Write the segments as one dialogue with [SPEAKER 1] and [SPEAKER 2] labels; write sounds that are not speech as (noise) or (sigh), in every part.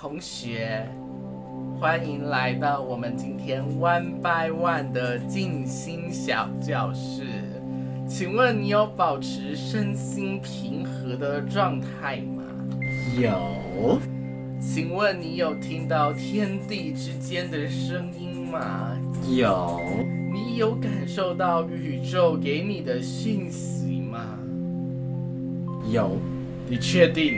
[SPEAKER 1] 同学，欢迎来到我们今天 One by One 的静心小教室。请问你有保持身心平和的状态吗？
[SPEAKER 2] 有，
[SPEAKER 1] 请问你有听到天地之间的声音吗？
[SPEAKER 2] 有，
[SPEAKER 1] 你有感受到宇宙给你的讯息吗？
[SPEAKER 2] 有，
[SPEAKER 1] 你确定？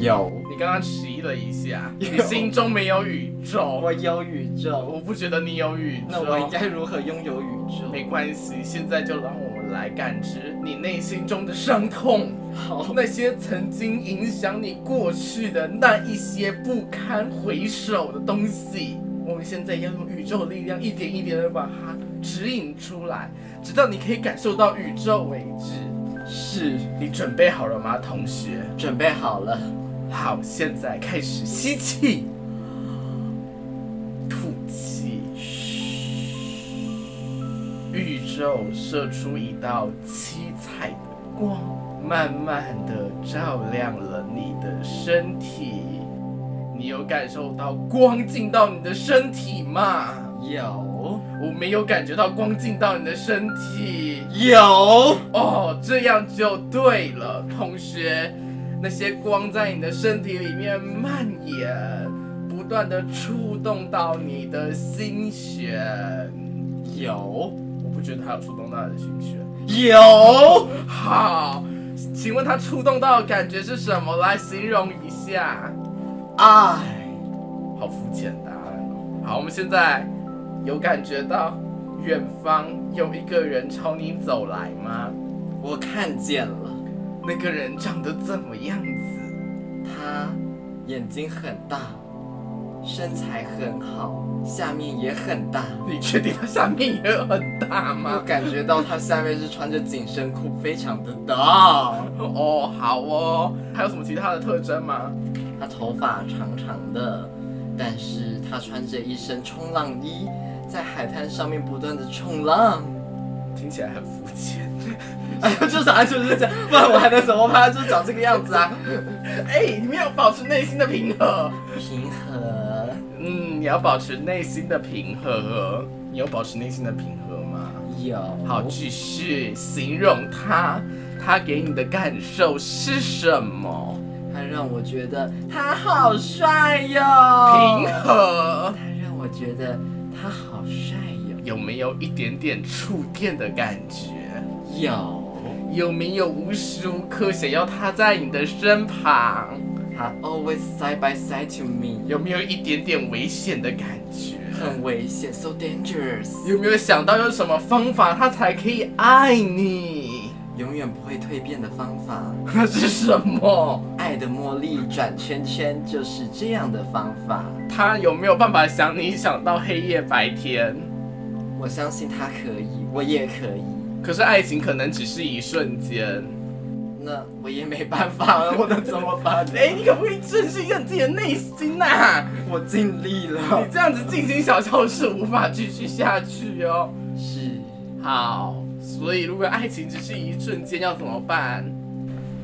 [SPEAKER 2] 有。
[SPEAKER 1] 你刚刚迟疑了一下，
[SPEAKER 2] (laughs) 有
[SPEAKER 1] 你心中没有宇宙
[SPEAKER 2] 我，有宇宙，
[SPEAKER 1] 我不觉得你有宇宙。
[SPEAKER 2] 那我应该如何拥有宇
[SPEAKER 1] 没
[SPEAKER 2] 宙？
[SPEAKER 1] 关系，现在就让我们来感知你内心中的伤痛，
[SPEAKER 2] 好，
[SPEAKER 1] 那些曾经影响你过去的那一些不堪回首的东西。我们现在要用宇宙的力量，一点一点的把它指引出来，直到你可以感受到宇宙为止。
[SPEAKER 2] 是
[SPEAKER 1] 你准备好了吗，同学？
[SPEAKER 2] 准备好了。
[SPEAKER 1] 好，现在开始吸气，吐气。宇宙射出一道七彩的光，慢慢的照亮了你的身体。你有感受到光进到你的身体吗？
[SPEAKER 2] 有，
[SPEAKER 1] 我没有感觉到光进到你的身体。
[SPEAKER 2] 有，
[SPEAKER 1] 哦，这样就对了，同学。那些光在你的身体里面蔓延，不断的触动到你的心弦。
[SPEAKER 2] 有，
[SPEAKER 1] 我不觉得它有触动到你的心弦。
[SPEAKER 2] 有。
[SPEAKER 1] 好，请问它触动到的感觉是什么？来形容一下。
[SPEAKER 2] 爱，
[SPEAKER 1] 好肤浅的答案哦。好，我们现在有感觉到远方有一个人朝你走来吗？
[SPEAKER 2] 我看见了，
[SPEAKER 1] 那个人长得怎么样子？
[SPEAKER 2] 他眼睛很大，身材很好，下面也很大。
[SPEAKER 1] 你确定它下面也很大
[SPEAKER 2] 我
[SPEAKER 1] 吗？
[SPEAKER 2] 感觉到他下面是穿着紧身裤，非常的大。
[SPEAKER 1] 哦，好哦。还有什么其他的特征吗？
[SPEAKER 2] 他头发长长的，但是他穿着一身冲浪衣，在海滩上面不断的冲浪。
[SPEAKER 1] 听起来很肤浅。 (laughs)
[SPEAKER 2] 哎呀，就啥就是这样，不然我还能怎么办？就长这个样子啊，
[SPEAKER 1] 哎、你没有保持内心的平和。
[SPEAKER 2] 平和
[SPEAKER 1] 嗯，你要保持内心的平和。你有保持内心的平和吗？
[SPEAKER 2] 有
[SPEAKER 1] 好，继续形容他，他给你的感受是什么？
[SPEAKER 2] 他让我觉得他好帅哟，
[SPEAKER 1] 平和。
[SPEAKER 2] 他让我觉得他好帅哟，
[SPEAKER 1] 有没有一点点触电的感觉？
[SPEAKER 2] 有
[SPEAKER 1] 有没有无时无刻想要他在你的身旁？
[SPEAKER 2] 他 always side by side to me，
[SPEAKER 1] 有没有一点点危险的感觉？
[SPEAKER 2] 很危险，so dangerous，
[SPEAKER 1] 有没有想到用什么方法他才可以爱你？ (laughs)
[SPEAKER 2] 永远不会蜕变的方法。
[SPEAKER 1] 那是什么？
[SPEAKER 2] 爱的茉莉转圈圈就是这样的方法。
[SPEAKER 1] 他有没有办法想你想到黑夜白天？
[SPEAKER 2] 我相信他可以，我也可以。
[SPEAKER 1] 可是爱情可能只是一瞬间。
[SPEAKER 2] 那我也没办法了，我能怎么办？
[SPEAKER 1] 哎、你可不可以正视一下你自己的内心呐、
[SPEAKER 2] 我尽力
[SPEAKER 1] 你
[SPEAKER 2] 了。
[SPEAKER 1] 这样子进行小教室无法继续下去哦。
[SPEAKER 2] 是，
[SPEAKER 1] 好，所以如果爱情只是一瞬间，要怎么办？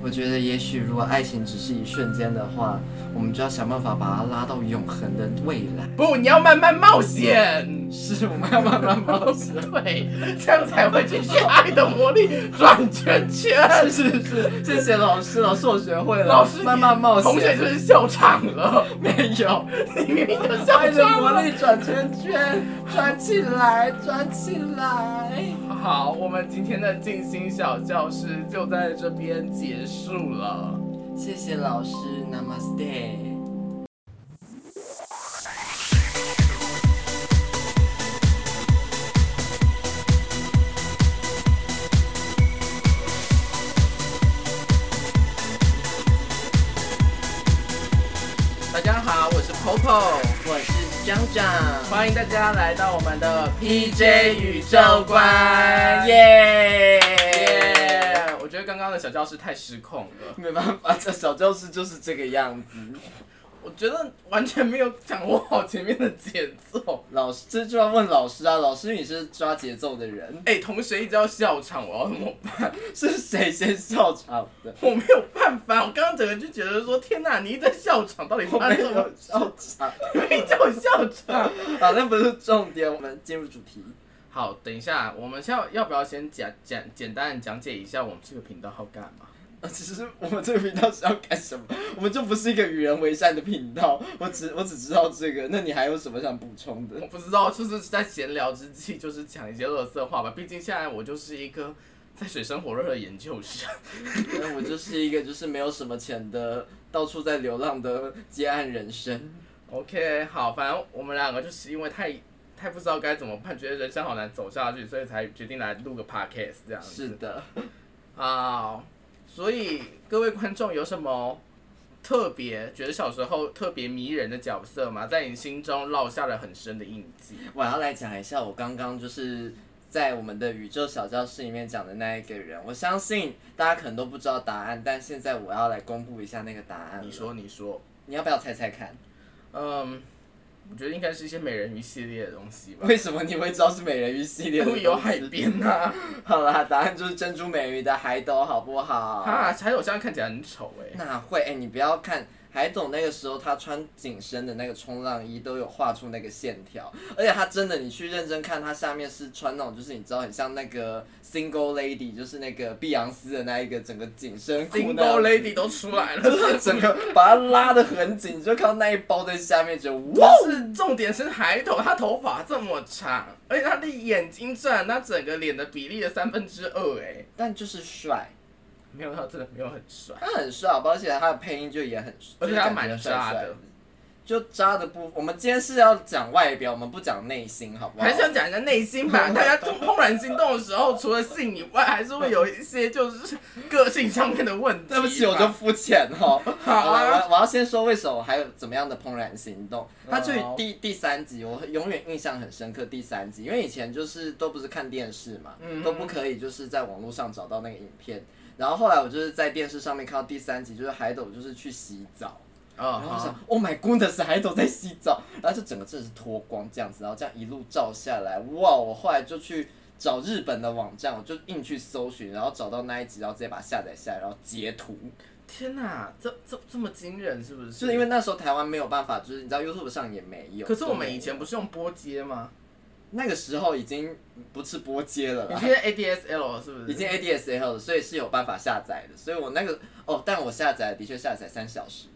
[SPEAKER 2] 我觉得也许如果爱情只是一瞬间的话，我们就要想办法把它拉到永恒的未来。
[SPEAKER 1] 不，你要慢慢冒险。
[SPEAKER 2] 是，我们要
[SPEAKER 1] (laughs)
[SPEAKER 2] 慢慢冒险。
[SPEAKER 1] 对，这样才会继续爱的魔力转圈圈。
[SPEAKER 2] 是是是，谢谢老师，老师我学会了。
[SPEAKER 1] 老师，
[SPEAKER 2] 慢慢冒险。
[SPEAKER 1] 同学就是笑场啊了，
[SPEAKER 2] 没有。
[SPEAKER 1] 你明明就
[SPEAKER 2] 爱
[SPEAKER 1] 笑
[SPEAKER 2] 的
[SPEAKER 1] 场
[SPEAKER 2] 魔
[SPEAKER 1] 了。
[SPEAKER 2] 力转圈圈，转起来，转起来。
[SPEAKER 1] (laughs) 好，我们今天的静心小教室就在这边结束了。
[SPEAKER 2] 谢谢老师，Namaste。
[SPEAKER 1] 大家好，我是 Coco，
[SPEAKER 2] 我是张张
[SPEAKER 1] 欢迎大家来到我们的
[SPEAKER 2] ，PJ 宇宙观，
[SPEAKER 1] 耶！
[SPEAKER 2] 耶
[SPEAKER 1] 我觉得刚刚的小教室太失控了。
[SPEAKER 2] 没办法，这小教室就是这个样子。
[SPEAKER 1] 我觉得完全没有掌握好前面的节奏。
[SPEAKER 2] 老师这就要问老师啊，老师你是抓节奏的人， (laughs)
[SPEAKER 1] 哎、同学一直要笑场，我要怎么办？
[SPEAKER 2] 是谁先笑场的？
[SPEAKER 1] 我没有办法，我刚刚整个就觉得说，天哪，你一直在笑场，到底
[SPEAKER 2] (laughs) 我
[SPEAKER 1] 发
[SPEAKER 2] 没
[SPEAKER 1] 生什么
[SPEAKER 2] 有？笑场，
[SPEAKER 1] 没叫笑场。
[SPEAKER 2] 好，那啊不是重点，我们进入主题。
[SPEAKER 1] 好，等一下，我们要要不要先简简简单的讲解一下我们这个频道要干嘛？
[SPEAKER 2] 呃其实我们这个频道是要干什么？我们就不是一个与人为善的频道。我只我只知道这个，那你还有什么想补充的？
[SPEAKER 1] 我不知道，就是在闲聊之际，就是讲一些垃圾话吧。毕竟现在我就是一个在水深火热的研究生。
[SPEAKER 2] 那我就是一个就是没有什么钱的，到处在流浪的接案人生。
[SPEAKER 1] OK，好，反正我们两个就是因为太太不知道该怎么办，觉得人生好难走下去，所以才决定来录个 podcast 这样子。
[SPEAKER 2] 是的，
[SPEAKER 1] 啊，所以各位观众有什么特别觉得小时候特别迷人的角色吗？在你心中烙下了很深的印记？
[SPEAKER 2] 我要来讲一下我刚刚就是在我们的宇宙小教室里面讲的那一个人。我相信大家可能都不知道答案，但现在我要来公布一下那个答案。
[SPEAKER 1] 你，说，你说，
[SPEAKER 2] 你要不要猜猜看？
[SPEAKER 1] 嗯，我觉得应该是一些美人鱼系列的东西吧，
[SPEAKER 2] 为什么你会知道是美人鱼系列
[SPEAKER 1] 因
[SPEAKER 2] 的？
[SPEAKER 1] 为有海边呐、啊。
[SPEAKER 2] 好啦，答案就是珍珠美人鱼的海斗，好不好？
[SPEAKER 1] 啊，柴我现在看起来很丑哎、
[SPEAKER 2] 哪会？哎、你不要看海斗那个时候，他穿紧身的那个冲浪衣都有画出那个线条，而且他真的，你去认真看，他下面是穿那种，就是你知道很像那个 single lady，就是那个碧昂斯的那一个整个紧身裤
[SPEAKER 1] d i
[SPEAKER 2] 那样
[SPEAKER 1] Lady 都出来
[SPEAKER 2] 就
[SPEAKER 1] 了。
[SPEAKER 2] 是整个把它拉得很紧，你就看到那一包在下面，就哇，
[SPEAKER 1] 是重点是海斗，他头发这么长，而且他的眼睛占他整个脸的比例的三分之二，哎，
[SPEAKER 2] 但就是帅，
[SPEAKER 1] 没有，他真的没有很帅。
[SPEAKER 2] 他很帅，好不好而且他的配音就也很，
[SPEAKER 1] 而且
[SPEAKER 2] 就是
[SPEAKER 1] 他
[SPEAKER 2] 感觉
[SPEAKER 1] 蛮
[SPEAKER 2] 帅帅
[SPEAKER 1] 渣的。
[SPEAKER 2] 就渣的部，我们今天是要讲外表，我们不讲内心，好不好？
[SPEAKER 1] 还是想讲一下内心
[SPEAKER 2] (laughs)
[SPEAKER 1] 吧。大家怦怦然心动的时候，除了性以外，还是会有一些就是个性上面的问题吧。
[SPEAKER 2] 对不起，我就肤浅哦。
[SPEAKER 1] (laughs) 好啊
[SPEAKER 2] 了，我我要先说为什么还有怎么样的怦然心动。它至于
[SPEAKER 1] 嗯好
[SPEAKER 2] 第第三集，我永远印象很深刻。第三集，因为以前就是都不是看电视嘛，
[SPEAKER 1] 嗯
[SPEAKER 2] 都不可以就是在网络上找到那个影片。然后后来我就是在电视上面看到第三集，就是海斗就是去洗澡，然后我想
[SPEAKER 1] 哦，
[SPEAKER 2] ，Oh my goodness，海斗在洗澡，然后就整个真的是脱光这样子，然后这样一路照下来，哇！我后来就去找日本的网站，我就硬去搜寻，然后找到那一集，然后直接把它下载下来，然后截图。
[SPEAKER 1] 天哪，这这这么惊人是不是？
[SPEAKER 2] 就是因为那时候台湾没有办法，就是你知道 YouTube 上也没有。
[SPEAKER 1] 可是我们
[SPEAKER 2] 对
[SPEAKER 1] 以前不是用波接吗？
[SPEAKER 2] 那个时候已经不是波接了
[SPEAKER 1] 以
[SPEAKER 2] 啦，
[SPEAKER 1] 前 ADSL 是不是？
[SPEAKER 2] 已经 ADSL 了，所以是有办法下载的。所以我那个哦，但我下载的确下载三小时，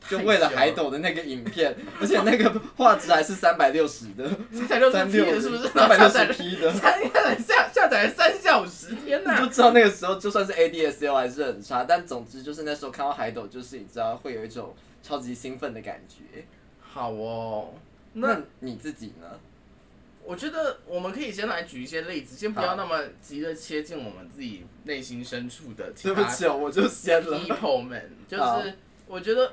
[SPEAKER 1] 太
[SPEAKER 2] 就
[SPEAKER 1] 久
[SPEAKER 2] 为了海斗的那个影片， (laughs) 而且那个画质还是三百六十的，
[SPEAKER 1] 三百六十
[SPEAKER 2] 三
[SPEAKER 1] P
[SPEAKER 2] 六
[SPEAKER 1] 的是不是？
[SPEAKER 2] (laughs) 三百六
[SPEAKER 1] (laughs)
[SPEAKER 2] 十
[SPEAKER 1] 下载
[SPEAKER 2] P 的。
[SPEAKER 1] 下载下下载了三小时，天
[SPEAKER 2] 你就
[SPEAKER 1] 哪！
[SPEAKER 2] 知道那个时候就算是 ADSL 还是很差，但总之就是那时候看到海斗，就是你知道会有一种超级兴奋的感觉。
[SPEAKER 1] 好哦，那
[SPEAKER 2] 那你自己呢？
[SPEAKER 1] 我觉得我们可以先来举一些例子，先不要那么急着切进我们自己内心深处的呃其
[SPEAKER 2] 对不
[SPEAKER 1] 他
[SPEAKER 2] 起、哦，我就先了。
[SPEAKER 1] people 们，就
[SPEAKER 2] 好
[SPEAKER 1] 是我觉得，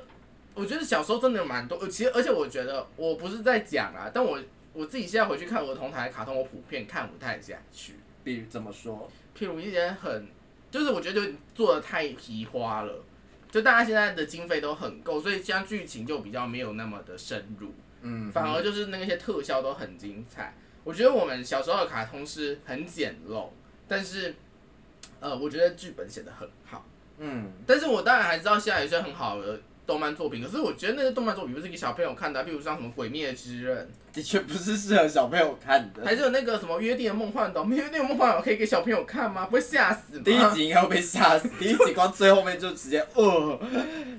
[SPEAKER 1] 我觉得小时候真的有蛮多，呃其实而且我觉得我不是在讲啊，但我我自己现在回去看儿童台的卡通，我普遍看不太下去，
[SPEAKER 2] 比如怎么说？
[SPEAKER 1] 譬如一些很，就是我觉得做的太皮花了，就大家现在的经费都很够，所以像剧情就比较没有那么的深入。
[SPEAKER 2] 嗯，
[SPEAKER 1] 反而就是那些特效都很精彩。我觉得我们小时候的卡通是很简陋，但是，呃，我觉得剧本写得很好。
[SPEAKER 2] 嗯，
[SPEAKER 1] 但是我当然还知道现在有一些很好的动漫作品，可是我觉得那些动漫作品不是给小朋友看的啊、譬如像什么《鬼灭之刃
[SPEAKER 2] 的确不是适合小朋友看》，的。
[SPEAKER 1] 还是有那个什么《约定的梦幻岛》。《约定的梦幻岛》可以给小朋友看吗？不会吓死吗？
[SPEAKER 2] 第一集应该会被吓死，第一集光最后面就直接呃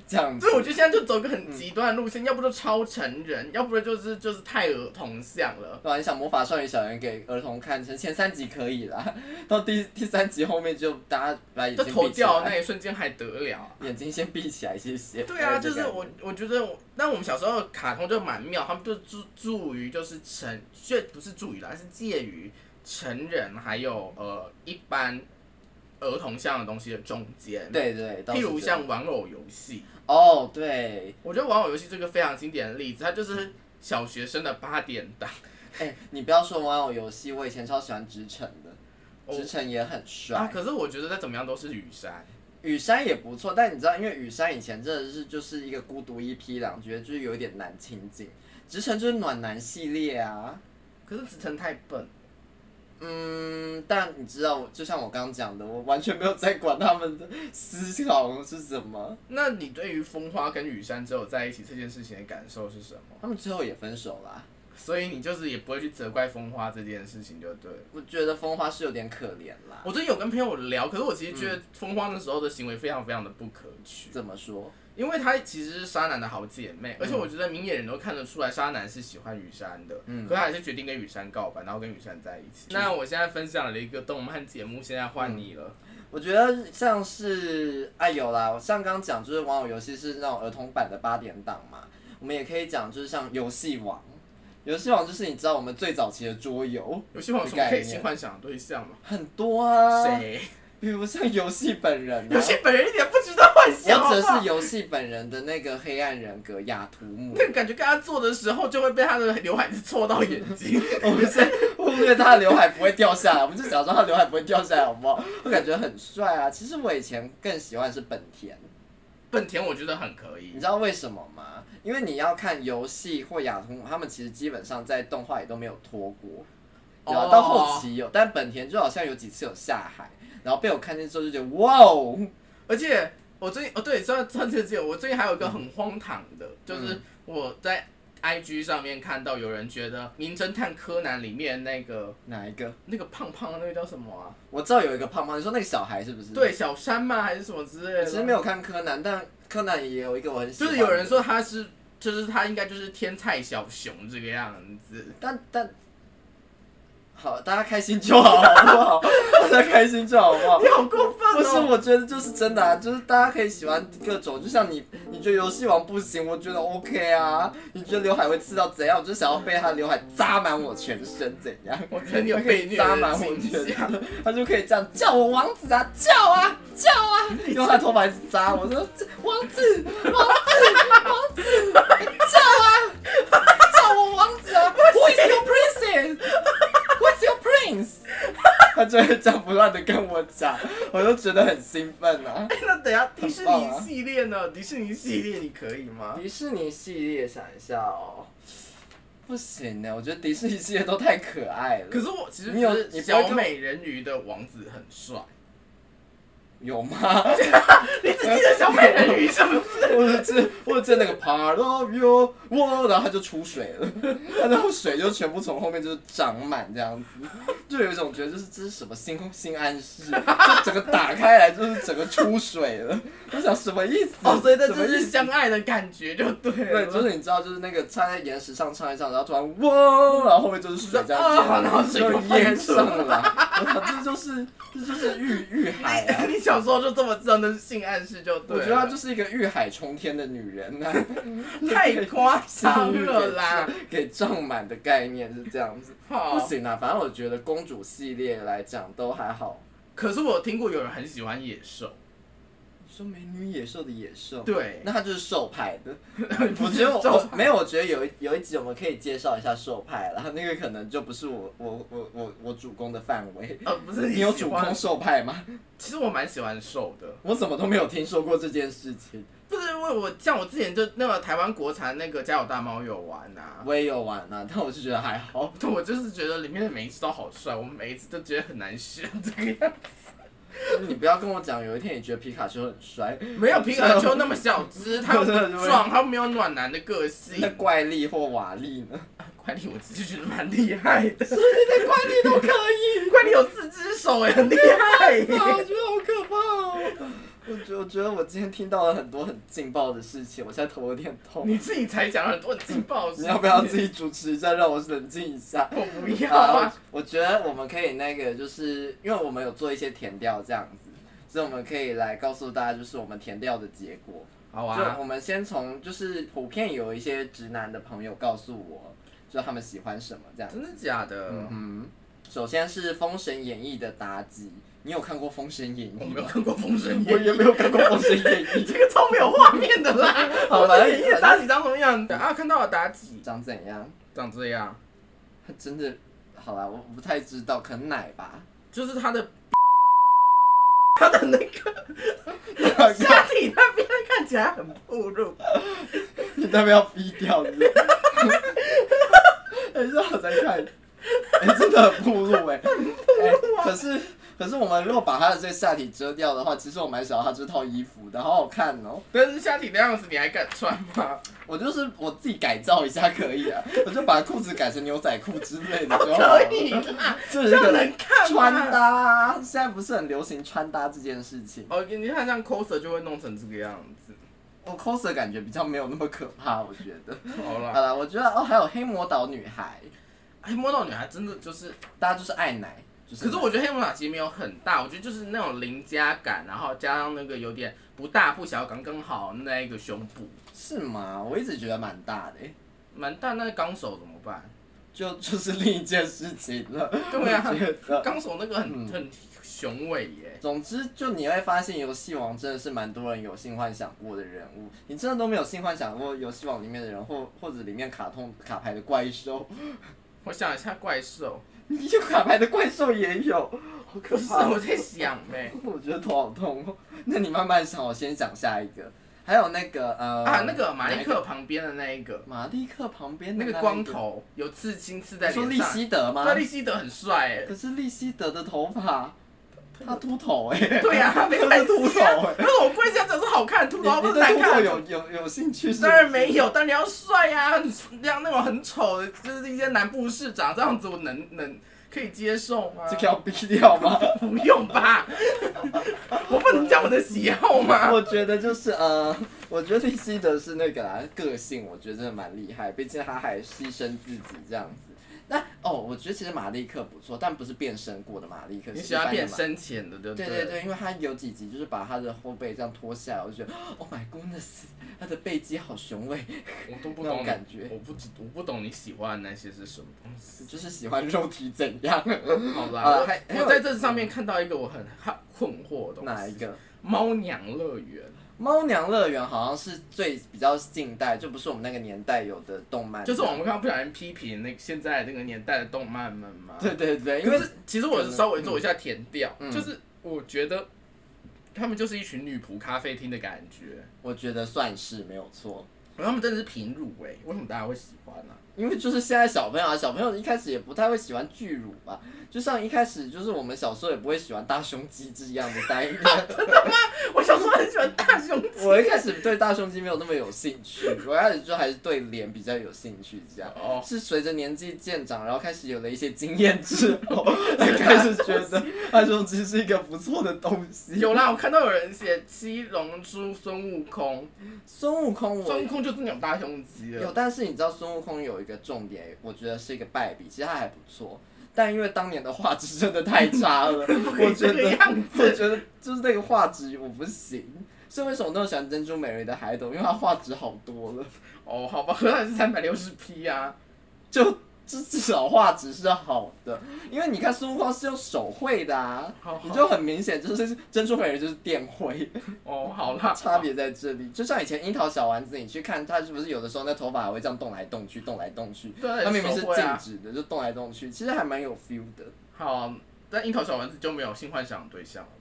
[SPEAKER 2] 这样子
[SPEAKER 1] 所以。我觉得现在就走一个很极端的路线，要不就超成人，要不就是就是太儿童像了。
[SPEAKER 2] 对啊，你想魔法少女小圆给儿童看，前前三集可以啦，到第第三集后面就大家把眼
[SPEAKER 1] 就
[SPEAKER 2] 睛
[SPEAKER 1] 头
[SPEAKER 2] 闭起
[SPEAKER 1] 掉的
[SPEAKER 2] 来，
[SPEAKER 1] 那一瞬间还得了啊、
[SPEAKER 2] 眼睛先闭起来，谢谢。
[SPEAKER 1] (laughs) 对啊，就是
[SPEAKER 2] 这样
[SPEAKER 1] 我，我觉得我，那我们小时候的卡通就蛮妙，他们就注注于就是成，就不是注于啦，是介于成人还有呃一般儿童向的东西的中间。，
[SPEAKER 2] 对对，倒
[SPEAKER 1] 譬
[SPEAKER 2] 是
[SPEAKER 1] 如
[SPEAKER 2] 这样
[SPEAKER 1] 像玩偶游戏，
[SPEAKER 2] 哦，对，
[SPEAKER 1] 我觉得玩偶游戏这个非常经典的例子，它就是小学生的八点档。
[SPEAKER 2] 哎、你不要说玩偶游戏，我以前超喜欢直城的，
[SPEAKER 1] 哦
[SPEAKER 2] 直城也很帅。
[SPEAKER 1] 啊，可是我觉得再怎么样都是雨山。
[SPEAKER 2] 雨雨山也不错，但你知道，因为雨山以前真的是就是一个孤独一匹狼，觉得就是有一点难亲近。直城就是暖男系列啊，
[SPEAKER 1] 可是直城太笨，
[SPEAKER 2] 嗯，但你知道，就像我刚刚讲的，我完全没有在管他们的思考是什么。
[SPEAKER 1] 那你对于风花跟雨山只有在一起这件事情的感受是什么？
[SPEAKER 2] 他们最后也分手啦。
[SPEAKER 1] 所以你就是也不会去责怪风花这件事情，就对了。
[SPEAKER 2] 我觉得风花是有点可怜啦。
[SPEAKER 1] 我最近有跟朋友聊，可是我其实觉得风花那时候的行为非常非常的不可取，
[SPEAKER 2] 怎么说？
[SPEAKER 1] 因为她其实是沙男的好姐妹，而且我觉得明眼人都看得出来沙男是喜欢雨山的，
[SPEAKER 2] 嗯
[SPEAKER 1] 可她还是决定跟雨山告白，然后跟雨山在一起。那我现在分享了一个动漫节目，现在换你了，
[SPEAKER 2] 我觉得像是哎有啦，我像刚刚讲就是玩偶游戏是那种儿童版的八点档嘛，我们也可以讲就是像游戏王，游戏王就是你知道我们最早期的桌游
[SPEAKER 1] (laughs) 游戏王有什么可以性幻想的对象吗？
[SPEAKER 2] 很多啊，
[SPEAKER 1] 谁？
[SPEAKER 2] (laughs) 比如像游戏本人、啊，
[SPEAKER 1] 游戏本人一点不值得幻想
[SPEAKER 2] 我
[SPEAKER 1] 好
[SPEAKER 2] 指
[SPEAKER 1] 不
[SPEAKER 2] 的
[SPEAKER 1] 好
[SPEAKER 2] 是游戏本人的那个黑暗人格雅图姆，
[SPEAKER 1] 那个感觉跟他做的时候，就会被他的刘海子戳到眼睛。 (laughs)
[SPEAKER 2] 我们是忽略他的刘海不会掉下来，我们就假装他刘海不会掉下来，好不好？我感觉很帅啊。其实我以前更喜欢的是本田，
[SPEAKER 1] 本田我觉得很可
[SPEAKER 2] 你
[SPEAKER 1] 以，
[SPEAKER 2] 知道为什么吗？因为你要看游戏或雅图姆，他们其实基本上在动画也都没有脱过，然后
[SPEAKER 1] 哦
[SPEAKER 2] 到后期有，但本田就好像有几次有下海，然后被我看见之后就觉得哇哦，
[SPEAKER 1] 而且我最近哦对，算算这近我最近还有一个很荒唐的，就是我在 IG 上面看到有人觉得《名侦探柯南》里面那个
[SPEAKER 2] 哪一个？
[SPEAKER 1] 那个胖胖的那个叫什么啊？
[SPEAKER 2] 我知道有一个胖胖，你说那个小孩是不是？
[SPEAKER 1] 对，小山吗？嗯还是什么之类
[SPEAKER 2] 我
[SPEAKER 1] 的？
[SPEAKER 2] 其实没有看柯南，但柯南也有一个我很喜
[SPEAKER 1] 就
[SPEAKER 2] 欢。
[SPEAKER 1] 是有人，说他是，就是他应该就是天才小熊这个样子。
[SPEAKER 2] 但但好，大家开心就好，好不好？ (laughs) 大家开心就好，好不好
[SPEAKER 1] 你？好过分
[SPEAKER 2] 不是，
[SPEAKER 1] 哦！
[SPEAKER 2] 我觉得就是真的、啊，就是大家可以喜欢各种，就像你，你觉得游戏王不行，我觉得 OK 啊。你觉得刘海会刺到怎样，我就想要被他刘海扎满我全身怎样。
[SPEAKER 1] 我觉得你有
[SPEAKER 2] 他可
[SPEAKER 1] 被
[SPEAKER 2] 以
[SPEAKER 1] 虐
[SPEAKER 2] 扎
[SPEAKER 1] 的
[SPEAKER 2] 满我
[SPEAKER 1] 倾
[SPEAKER 2] 全
[SPEAKER 1] 向。 (laughs)
[SPEAKER 2] 身，他就可以这样叫我王子啊，叫啊叫啊，用他的头发一直扎我说这王子王子王子叫啊叫 (laughs) 我王子啊，Who is your princess? What's your prince? (laughs) 他就会这样不断的跟我讲，我就觉得很兴奋啊。
[SPEAKER 1] 哎那等一下迪士
[SPEAKER 2] 很棒
[SPEAKER 1] 尼
[SPEAKER 2] 啊
[SPEAKER 1] 系列呢？迪士尼系列你可以吗？
[SPEAKER 2] 迪士尼系列想一下哦，不行欸呢，我觉得迪士尼系列都太可爱了。
[SPEAKER 1] 可是我其实
[SPEAKER 2] 你有
[SPEAKER 1] 觉得
[SPEAKER 2] 你不会
[SPEAKER 1] 小
[SPEAKER 2] 跟我
[SPEAKER 1] 美人鱼的王子很帅。
[SPEAKER 2] 有吗？
[SPEAKER 1] 你只记得小美人鱼是不是？
[SPEAKER 2] (laughs) 我只记我只记得那个 part of you，哇，然后他就出水了， (laughs) 他然后水就全部从后面就是长满这样子，就有一种觉得就是这是什么星空性暗示，就整个打开来就是整个出水了，我想什么意思？
[SPEAKER 1] 哦，所以这
[SPEAKER 2] 什
[SPEAKER 1] 就
[SPEAKER 2] 么意
[SPEAKER 1] 是
[SPEAKER 2] 思？
[SPEAKER 1] 相爱的感觉就对了。
[SPEAKER 2] 对，就是你知道，就是那个插在岩石上唱一唱，然后突然哇，然后后面就是水这样淹，
[SPEAKER 1] 啊然后水就
[SPEAKER 2] 就
[SPEAKER 1] 喷
[SPEAKER 2] 淹
[SPEAKER 1] 出
[SPEAKER 2] 上来，我想这就是这就是遇遇海啊。
[SPEAKER 1] 哎 (laughs) 你小时候就这么知道那是性暗示就对
[SPEAKER 2] 我
[SPEAKER 1] 了。
[SPEAKER 2] 觉得她就是一个遇海冲天的女人啊呐、
[SPEAKER 1] 太夸张了啦！
[SPEAKER 2] 给胀满的概念是这样子，不
[SPEAKER 1] 好，
[SPEAKER 2] 行啦，反正我觉得公主系列来讲都还好。
[SPEAKER 1] 可是我听过有人很喜欢野兽，
[SPEAKER 2] 你说美女与野兽的野兽，，
[SPEAKER 1] 对，
[SPEAKER 2] 那她就是兽派
[SPEAKER 1] (laughs)
[SPEAKER 2] 的。我
[SPEAKER 1] 我
[SPEAKER 2] 觉得我没有，我觉得有一有一集我们可以介绍一下兽派啦，那个可能就不是我我我我我主攻的范围。
[SPEAKER 1] 呃不是
[SPEAKER 2] 你有
[SPEAKER 1] 喜
[SPEAKER 2] 主
[SPEAKER 1] 欢
[SPEAKER 2] 攻，兽派吗？
[SPEAKER 1] 其实我蛮喜欢瘦的，
[SPEAKER 2] 我怎么都没有听说过这件事情。
[SPEAKER 1] 不是因为我像我之前就那个台湾国产那个《家有大猫》有玩啊。
[SPEAKER 2] 我也有玩啊，但我是觉得还好。 (laughs)
[SPEAKER 1] 我就是觉得里面的每一只都好帅，我每一只都觉得很难选这个样子。
[SPEAKER 2] 你不要跟我讲，有一天你觉得皮卡丘很帅，
[SPEAKER 1] 没有皮卡丘那么小只，它又不
[SPEAKER 2] 真的
[SPEAKER 1] (laughs) 壮，它又没有暖男的个性
[SPEAKER 2] 那。怪力或瓦力呢？
[SPEAKER 1] 怪力我自己觉得蛮厉害的，
[SPEAKER 2] 怪力都可 (laughs) 以，啊
[SPEAKER 1] 怪力有四只手哎，很厉害耶。
[SPEAKER 2] 我觉得好可怕哦！我觉我觉得我今天听到了很多很劲爆的事情，我现在头有点痛。
[SPEAKER 1] 你自己才讲了很多很劲爆的事，
[SPEAKER 2] 你要不要自？己主持一下，让我冷静一 (laughs) 下？
[SPEAKER 1] 我不要
[SPEAKER 2] 好
[SPEAKER 1] 啊！，
[SPEAKER 2] 我觉得我们可以那个，就是因为我们有做一些填调这样子，所以我们可以来告诉大家，就是我们填调的结果。
[SPEAKER 1] 好
[SPEAKER 2] 就
[SPEAKER 1] 啊，
[SPEAKER 2] 我们先从就是普遍有一些直男的朋友告诉我，就他们喜欢什么这样。
[SPEAKER 1] 真的假的？
[SPEAKER 2] 嗯，首先是《封神演义》的妲己，你有看过《封神演义
[SPEAKER 1] 我》没有
[SPEAKER 2] 吗？
[SPEAKER 1] 看过《封神演义》，
[SPEAKER 2] (laughs) 我也没有看过《封神演义
[SPEAKER 1] 这个超没有画面的 (laughs) 啦。》。
[SPEAKER 2] 好
[SPEAKER 1] 《封
[SPEAKER 2] 了，
[SPEAKER 1] 神演义》
[SPEAKER 2] 反
[SPEAKER 1] 妲
[SPEAKER 2] 正
[SPEAKER 1] 己长什么样的啊？看到了妲己
[SPEAKER 2] 长怎样？
[SPEAKER 1] 长这样，
[SPEAKER 2] 他
[SPEAKER 1] (laughs)
[SPEAKER 2] 真的，好啦，我不太知道，可能奶吧。
[SPEAKER 1] 就是她的他的那个
[SPEAKER 2] 哎
[SPEAKER 1] 下体那边看起来很暴露，
[SPEAKER 2] 你那边要逼掉你知道吗。很少在看，哎、真的很暴露哎、哎可是可是我们如果把他的这个下体遮掉的话，其实我蛮想要他这套衣服的，好好看哦、
[SPEAKER 1] 但是下体那样子你还敢穿 (laughs) 吗？
[SPEAKER 2] 我就是我自己改造一下
[SPEAKER 1] (laughs)
[SPEAKER 2] 可以啊，我就把裤子改成牛仔裤之类的就好了
[SPEAKER 1] 哦可以啦，
[SPEAKER 2] 这
[SPEAKER 1] 这
[SPEAKER 2] 是一
[SPEAKER 1] 样
[SPEAKER 2] 个
[SPEAKER 1] 能看吗
[SPEAKER 2] 穿搭啊，现在不是很流行穿搭这件事情。
[SPEAKER 1] 哦，你看像 coser 就会弄成这个样子。
[SPEAKER 2] 我 cos 的感觉比较没有那么可怕，我觉
[SPEAKER 1] (laughs)
[SPEAKER 2] 得。
[SPEAKER 1] 好
[SPEAKER 2] 好
[SPEAKER 1] 啦，
[SPEAKER 2] 了，我觉得哦，还有黑魔岛女孩，
[SPEAKER 1] 黑魔岛女孩真的就是，
[SPEAKER 2] 大家就是爱奶，就是。
[SPEAKER 1] 可是我觉得黑魔岛其实没有很大，我觉得就是那种邻家感，然后加上那个有点不大不小，刚刚好那一个胸部，
[SPEAKER 2] 是吗？我一直觉得蛮大的欸、
[SPEAKER 1] 蛮大。那钢手怎么办？
[SPEAKER 2] 就 (laughs) 就是另一件事情了。
[SPEAKER 1] (laughs) 对啊
[SPEAKER 2] (laughs) 我觉得
[SPEAKER 1] 钢手那个很
[SPEAKER 2] 嗯
[SPEAKER 1] 很雄伟耶，
[SPEAKER 2] 总之，就你会发现，游戏王真的是蛮多人有性幻想过的人物。你真的都没有性幻想过游戏王里面的人，或或者里面卡通卡牌的怪兽， (laughs)
[SPEAKER 1] 我想一下怪兽，
[SPEAKER 2] 你有卡牌的怪兽也有，好可
[SPEAKER 1] 不是 (laughs)
[SPEAKER 2] 怕！
[SPEAKER 1] 我在想欸呗、
[SPEAKER 2] 我觉得头好痛哦。那你慢慢想，我先讲下一个。还有那个 (laughs) 呃
[SPEAKER 1] 啊，那个马
[SPEAKER 2] 哪
[SPEAKER 1] 利
[SPEAKER 2] 一个
[SPEAKER 1] 克旁边的那一个，
[SPEAKER 2] 马利克旁边的
[SPEAKER 1] 那个
[SPEAKER 2] 一
[SPEAKER 1] 光，头有刺青刺在
[SPEAKER 2] 你说
[SPEAKER 1] 脸
[SPEAKER 2] 利
[SPEAKER 1] 上，
[SPEAKER 2] 希德吗
[SPEAKER 1] 那？利希德很帅哎，
[SPEAKER 2] 可是利希德的头发，他秃头哎、
[SPEAKER 1] 对呀、
[SPEAKER 2] (laughs)
[SPEAKER 1] 啊，没
[SPEAKER 2] 他
[SPEAKER 1] 看
[SPEAKER 2] 是秃头哎、
[SPEAKER 1] 可是我跪下讲是好看，秃
[SPEAKER 2] 你
[SPEAKER 1] 头不是
[SPEAKER 2] 你对
[SPEAKER 1] 难
[SPEAKER 2] 秃头
[SPEAKER 1] 看。
[SPEAKER 2] 有有有兴趣是不是？
[SPEAKER 1] 当然没有，但你要帅呀、啊，很像那种很丑的，就是一些南部市长这样子，我能能可以接受吗？
[SPEAKER 2] 这个要逼掉吗？
[SPEAKER 1] (laughs) 不用吧，我不能讲我的喜好吗？
[SPEAKER 2] (laughs) (laughs) 我觉得就是呃，我觉得利希德是那个啦，个性我觉得真的蛮厉害，毕竟他还牺牲自己这样子。那哦，我觉得其实马利克不错，但不是变身过的马利克，
[SPEAKER 1] 你
[SPEAKER 2] 是
[SPEAKER 1] 喜欢
[SPEAKER 2] 一般的
[SPEAKER 1] 变
[SPEAKER 2] 马？
[SPEAKER 1] 深浅的，对不
[SPEAKER 2] 对
[SPEAKER 1] 对
[SPEAKER 2] 对对，因为他有几集就是把他的后背这样脱下来，我就觉得 Oh my goodness，他的背肌好雄伟，
[SPEAKER 1] 我都不
[SPEAKER 2] 那
[SPEAKER 1] 懂
[SPEAKER 2] 种感觉
[SPEAKER 1] 我不知我不懂你喜欢那些是什么东西。
[SPEAKER 2] 就是喜欢肉体怎样？
[SPEAKER 1] 好
[SPEAKER 2] 呃
[SPEAKER 1] 啦，
[SPEAKER 2] 还还
[SPEAKER 1] 我
[SPEAKER 2] 有
[SPEAKER 1] 我在这上面看到一个我很很困惑的
[SPEAKER 2] 哪
[SPEAKER 1] 东
[SPEAKER 2] 一
[SPEAKER 1] 西，
[SPEAKER 2] 个？
[SPEAKER 1] 猫娘乐园。
[SPEAKER 2] 猫娘乐园好像是最比较近代，就不是我们那个年代有的动漫。
[SPEAKER 1] 就是我们刚刚不小心批评那个现在这个年代的动漫们嘛。
[SPEAKER 2] 对对对，因
[SPEAKER 1] 可
[SPEAKER 2] 为
[SPEAKER 1] 是其实我稍微做一下填调，
[SPEAKER 2] 嗯
[SPEAKER 1] 就是我觉得他们就是一群女仆咖啡厅的感觉，
[SPEAKER 2] 我觉得算是没有错，
[SPEAKER 1] 然后他们真的是平乳哎、为什么大家会喜欢啊呢、
[SPEAKER 2] 因为就是现在小朋友啊，小朋友一开始也不太会喜欢巨乳吧，就像一开始就是我们小时候也不会喜欢大胸肌这样的单 (laughs) 元。
[SPEAKER 1] (laughs) 我小时候很喜欢大胸 (laughs) 肌，
[SPEAKER 2] 我一开始对大胸肌没有那么有兴趣，我一开始就还是对脸比较有兴趣这样。
[SPEAKER 1] 哦，
[SPEAKER 2] 是随着年纪渐长，然后开始有了一些经验之 (laughs) 后，才开始觉 (laughs) 得大胸肌是一个不错的东西。
[SPEAKER 1] 有啦，我看到有人写七龙珠孙悟空，
[SPEAKER 2] 孙悟空我
[SPEAKER 1] 孙悟空就是那种大胸肌
[SPEAKER 2] 有，
[SPEAKER 1] 了，
[SPEAKER 2] 但是你知道孙悟空有一个重点，我觉得是一个败笔，其实他还不错，但因为当年的画质真的太差
[SPEAKER 1] (laughs)
[SPEAKER 2] 了， (laughs) 我觉
[SPEAKER 1] 这个
[SPEAKER 2] 得
[SPEAKER 1] 样
[SPEAKER 2] 我
[SPEAKER 1] 子。
[SPEAKER 2] 觉得就是那个画质我不行。所以为什么我那么喜欢珍珠美人鱼的海斗？因为它画质好多了，
[SPEAKER 1] 哦，好吧， (laughs) 可是还是三百六十 P 啊，
[SPEAKER 2] 就至至少画质是好的。因为你看孙悟空是用手绘的啊，
[SPEAKER 1] 好
[SPEAKER 2] 你就很明显就是珍珠美人鱼就是电绘，
[SPEAKER 1] 哦，好啦，
[SPEAKER 2] 差别在这里。就像以前樱桃小丸子，你去看它是不是有的时候那头发还会这样动来动去，动来动去，
[SPEAKER 1] 对，
[SPEAKER 2] 它明明是
[SPEAKER 1] 手绘啊
[SPEAKER 2] 静止的，就动来动去，其实还蛮有 feel 的。
[SPEAKER 1] 好，啊但樱桃小丸子就没有性幻想的对象了吧。